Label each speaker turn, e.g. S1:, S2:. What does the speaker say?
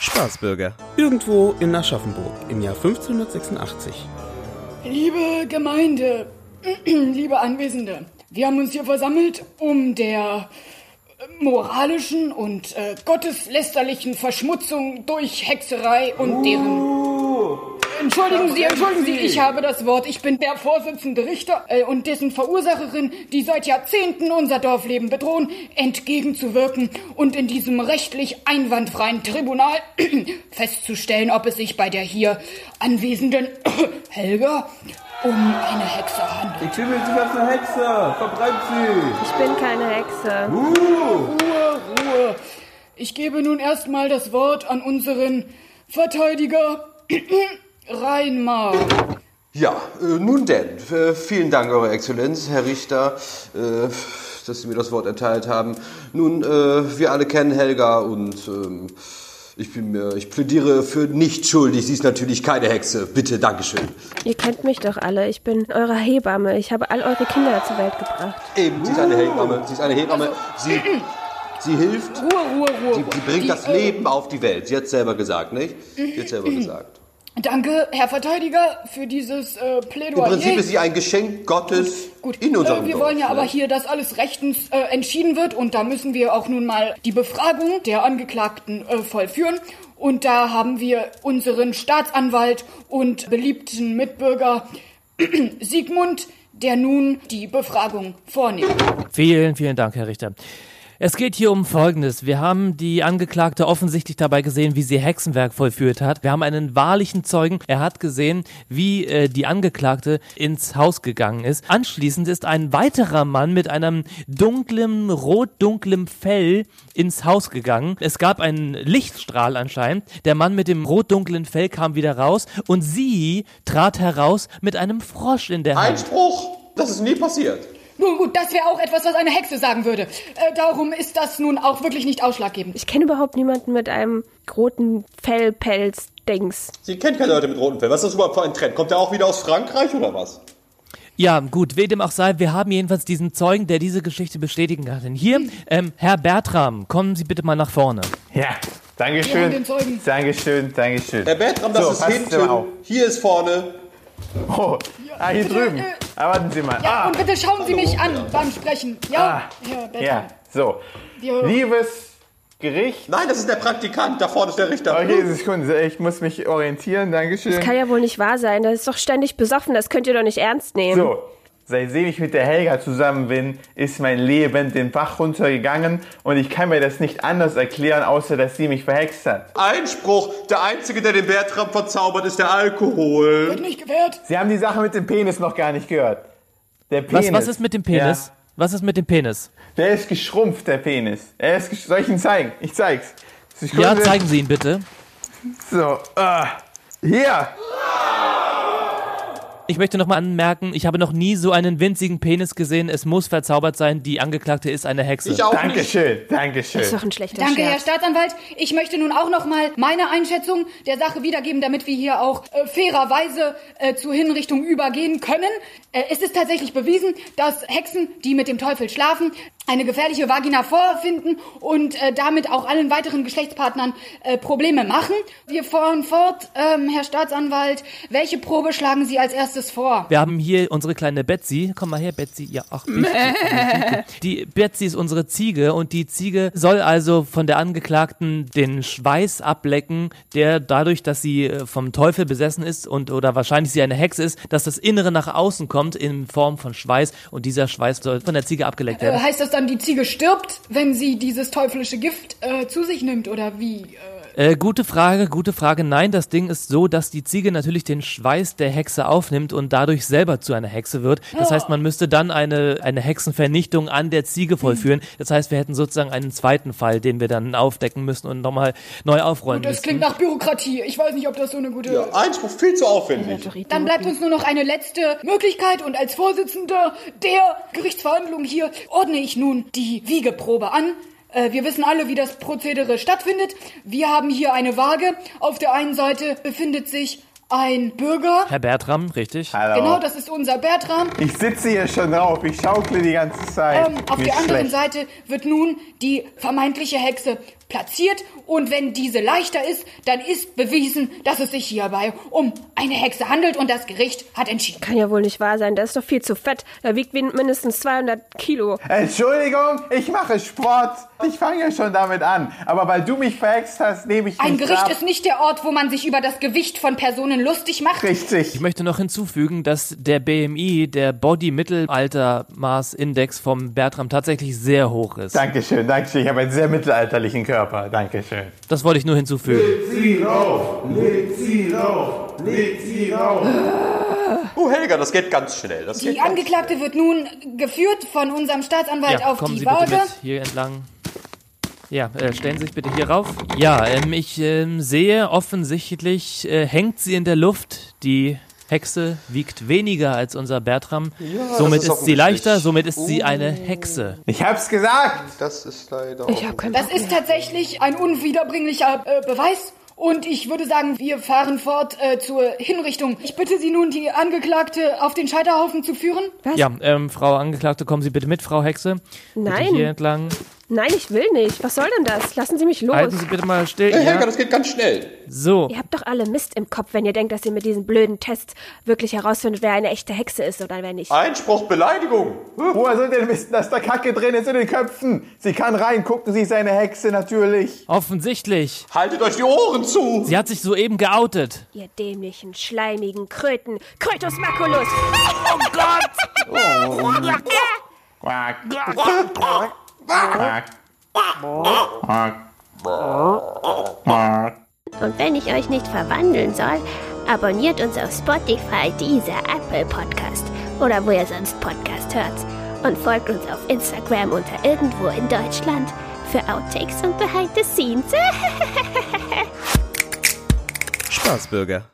S1: Staatsbürger. Irgendwo in Aschaffenburg im Jahr 1586.
S2: Liebe Gemeinde, liebe Anwesende, wir haben uns hier versammelt, um der äh, moralischen und äh, gotteslästerlichen Verschmutzung durch Hexerei und deren. Entschuldigen Sie, entschuldigen Sie, ich habe das Wort. Ich bin der Vorsitzende Richter äh, und dessen Verursacherin, die seit Jahrzehnten unser Dorfleben bedrohen, entgegenzuwirken und in diesem rechtlich einwandfreien Tribunal festzustellen, ob es sich bei der hier anwesenden Helga um eine Hexe handelt.
S3: Ich bin jetzt was eine Hexe. Verbreibt sie.
S4: Ich bin keine Hexe.
S3: Uh.
S2: Ruhe, Ruhe. Ich gebe nun erstmal das Wort an unseren Verteidiger Reinmar.
S5: Ja, äh, nun denn. Äh, vielen Dank, Eure Exzellenz, Herr Richter, äh, dass Sie mir das Wort erteilt haben. Nun, äh, wir alle kennen Helga und ähm, ich, bin mir, ich plädiere für nicht schuldig. Sie ist natürlich keine Hexe. Bitte, Dankeschön.
S4: Ihr kennt mich doch alle. Ich bin eure Hebamme. Ich habe all eure Kinder zur Welt gebracht.
S5: Eben, sie ist eine Hebamme. Sie ist eine Hebamme. Sie, sie hilft.
S2: Ruhe, Ruhe, Ruhe.
S5: Sie, sie bringt
S2: Die,
S5: das
S2: äh,
S5: Leben auf die Welt. Sie hat selber gesagt, nicht? Sie hat selber gesagt.
S2: Danke, Herr Verteidiger, für dieses äh,
S5: Im
S2: Plädoyer.
S5: Prinzip ist sie ein Geschenk Gottes
S2: Gut,
S5: in unserem
S2: äh, wir
S5: Dorf,
S2: wollen ja
S5: ne?
S2: aber hier, dass alles rechtens äh, entschieden wird und da müssen wir auch nun mal die Befragung der Angeklagten äh, vollführen. Und da haben wir unseren Staatsanwalt und beliebten Mitbürger Siegmund, der nun die Befragung vornimmt.
S6: Vielen, vielen Dank, Herr Richter. Es geht hier um Folgendes. Wir haben die Angeklagte offensichtlich dabei gesehen, wie sie Hexenwerk vollführt hat. Wir haben einen wahrlichen Zeugen. Er hat gesehen, wie äh, die Angeklagte ins Haus gegangen ist. Anschließend ist ein weiterer Mann mit einem dunklen, rot-dunklem Fell ins Haus gegangen. Es gab einen Lichtstrahl anscheinend. Der Mann mit dem rot-dunklen Fell kam wieder raus und sie trat heraus mit einem Frosch in der Hand.
S5: Einspruch! Das ist nie passiert.
S2: Nun gut, das wäre auch etwas, was eine Hexe sagen würde. Äh, darum ist das nun auch wirklich nicht ausschlaggebend.
S4: Ich kenne überhaupt niemanden mit einem roten Fellpelz-Dings.
S5: Sie kennt keine Leute mit roten Fell. Was ist das überhaupt für ein Trend? Kommt der auch wieder aus Frankreich oder was?
S6: Ja, gut, wie dem auch sei, wir haben jedenfalls diesen Zeugen, der diese Geschichte bestätigen kann. Denn hier, ähm, Herr Bertram, kommen Sie bitte mal nach vorne.
S7: Ja,
S2: Wir haben
S7: Dankeschön.
S2: den Zeugen.
S7: Dankeschön, Dankeschön.
S5: Herr Bertram, das
S7: So,
S5: ist
S7: passt mal
S5: hinten.
S7: auf.
S5: Hier ist vorne.
S7: Oh, ah, hier
S2: bitte,
S7: drüben.
S2: äh,
S7: Ah, warten Sie mal.
S2: Ja,
S7: ah,
S2: und bitte schauen Sie mich an beim Sprechen. Ja,
S7: Ah,
S2: Herr Becker.
S7: ja, so.
S2: Wir-
S7: Liebes Gericht. Oh,
S5: Nein, das ist der Praktikant. Da vorne ist der Richter.
S7: Okay, Sekunde, ich muss mich orientieren. Dankeschön.
S4: Kann ja wohl nicht wahr sein. Das ist doch ständig besoffen. Das könnt ihr doch nicht ernst nehmen.
S7: So, seitdem ich mit der Helga zusammen bin, ist mein Leben den Bach runtergegangen und ich kann mir das nicht anders erklären, außer dass sie mich verhext hat.
S5: Einspruch. Der Einzige, der den Bertram verzaubert, ist der Alkohol.
S2: Wird nicht gewährt.
S7: Sie haben die Sache mit dem Penis noch gar nicht gehört. Der Penis.
S6: Was, was ist mit dem Penis?
S7: Ja,
S6: Was ist mit dem Penis?
S7: der ist geschrumpft, der Penis. Er ist gesch- Soll ich ihn zeigen? Ich zeig's. Sekunde.
S6: Ja, zeigen Sie ihn bitte.
S7: So, ah. Hier!
S6: Ich möchte nochmal anmerken, ich habe noch nie so einen winzigen Penis gesehen. Es muss verzaubert sein. Die Angeklagte ist eine Hexe.
S5: Ich auch nicht.
S7: Dankeschön,
S4: Das ist
S7: Dankeschön.
S4: doch ein schlechter
S2: Danke, Herr
S4: Scherz.
S2: Staatsanwalt. Ich möchte nun auch noch mal meine Einschätzung der Sache wiedergeben, damit wir hier auch äh, fairerweise äh, zur Hinrichtung übergehen können. Äh, es ist tatsächlich bewiesen, dass Hexen, die mit dem Teufel schlafen, eine gefährliche Vagina vorfinden und äh, damit auch allen weiteren Geschlechtspartnern äh, Probleme machen. Wir fahren fort, ähm, Herr Staatsanwalt. Welche Probe schlagen Sie als erstes vor?
S6: Wir haben hier unsere kleine Betsy. Komm mal her, Betsy. Ja, ach, Betsy. Die Betsy ist unsere Ziege und die Ziege soll also von der Angeklagten den Schweiß ablecken, der dadurch, dass sie äh, vom Teufel besessen ist und oder wahrscheinlich sie eine Hexe ist, dass das Innere nach außen kommt in Form von Schweiß und dieser Schweiß soll von der Ziege abgeleckt
S2: Äh,
S6: werden.
S2: heißt das dann, die Ziege stirbt, wenn sie dieses teuflische Gift äh, zu sich nimmt oder wie?
S6: Äh, gute Frage, gute Frage. Nein, das Ding ist so, dass die Ziege natürlich den Schweiß der Hexe aufnimmt und dadurch selber zu einer Hexe wird. Das heißt, man müsste dann eine, eine Hexenvernichtung an der
S2: Mhm.
S6: Ziege vollführen. Das heißt, wir hätten sozusagen einen zweiten Fall, den wir dann aufdecken müssen und nochmal neu aufräumen
S2: Das
S6: müssen.
S2: klingt nach Bürokratie. Ich weiß nicht, ob das so eine gute.
S5: Ja, Einspruch viel zu aufwendig.
S2: Dann bleibt uns nur noch eine letzte Möglichkeit und als Vorsitzender der Gerichtsverhandlung hier ordne ich nun die Wiegeprobe an. Äh, Wir wissen alle, wie das Prozedere stattfindet. Wir haben hier eine Waage. Auf der einen Seite befindet sich ein Bürger.
S6: Herr Bertram, richtig?
S7: Hallo.
S2: Genau, das ist unser Bertram.
S7: Ich sitze hier schon drauf, ich schaukle die ganze Zeit.
S2: Ähm, auf
S7: Mir
S2: der
S7: ist
S2: anderen
S7: schlecht.
S2: Seite wird nun die vermeintliche Hexe platziert und wenn diese leichter ist, dann ist bewiesen, dass es sich hierbei um eine Hexe handelt und das Gericht hat entschieden.
S4: Kann ja wohl nicht wahr sein. Der ist doch viel zu fett. Er wiegt wie mindestens 200 Kilo.
S7: Entschuldigung, ich mache Sport. Ich fange ja schon damit an. Aber weil du mich verhext hast, nehme ich
S2: Ein
S7: nicht
S2: Gericht
S7: ab.
S2: ist nicht der Ort, wo man sich über das Gewicht von Personen lustig macht.
S7: Richtig.
S6: Ich möchte noch hinzufügen, dass der BMI, der Body-Mittelalter-Maß-Index vom Bertram tatsächlich sehr hoch ist.
S7: Dankeschön, Dankeschön. Ich habe einen sehr mittelalterlichen Körper. Dankeschön.
S6: Das wollte ich nur hinzufügen.
S3: Sie rauf, legt sie rauf, legt sie rauf.
S5: Oh, Helga, das geht ganz schnell. Das geht
S2: Die
S5: ganz
S2: Angeklagte wird nun geführt von unserem Staatsanwalt
S6: Ja,
S2: Halt auf
S6: kommen
S2: die
S6: Sie bitte
S2: Waage.
S6: mit hier entlang. Ja, äh, stellen Sie sich bitte hier rauf. Ja, ähm, ich ähm, sehe offensichtlich, äh, hängt sie in der Luft. Die Hexe wiegt weniger als unser Bertram. somit
S5: das ist
S6: ist,
S5: auch
S6: sie
S5: richtig.
S6: leichter, somit ist
S5: Uh.
S6: sie eine Hexe.
S7: Ich hab's gesagt.
S5: schnell. Das ist leider
S4: Ich habe keinen
S2: Das
S4: Bock
S2: ist tatsächlich ein unwiederbringlicher äh, Beweis. Und ich würde sagen, wir fahren fort äh, zur Hinrichtung. Ich bitte Sie nun, die Angeklagte auf den Scheiterhaufen zu führen.
S6: Ja, ähm, Frau Angeklagte, kommen Sie bitte mit, Frau Hexe.
S4: Nein.
S6: Bitte hier entlang.
S4: Nein, ich will nicht. Was soll denn das? Lassen Sie mich los.
S6: Halten Sie bitte mal still.
S5: Hey, Helga,
S6: Ja.
S5: das geht ganz schnell.
S6: So,
S4: Ihr habt doch alle Mist im Kopf, wenn ihr denkt, dass ihr mit diesen blöden Tests wirklich herausfindet, wer eine echte Hexe ist oder wer nicht.
S5: Einspruch, Beleidigung.
S7: Woher soll denn wissen, dass da Kacke drin ist in den Köpfen? Sie kann reingucken, sie ist eine Hexe natürlich.
S6: offensichtlich.
S5: Haltet euch die Ohren zu.
S6: Sie hat sich soeben geoutet.
S4: Ihr dämlichen, schleimigen Kröten. Krötus Maculus!
S7: Oh. Quack.
S5: Ah.
S7: Quack. Quack. Quack.
S8: Und wenn ich euch nicht verwandeln soll, abonniert uns auf Spotify, dieser Apple Podcast oder wo ihr sonst Podcast hört. Und folgt uns auf Instagram unter irgendwo in Deutschland für Outtakes und Behind the Scenes.
S1: Spaßbürger.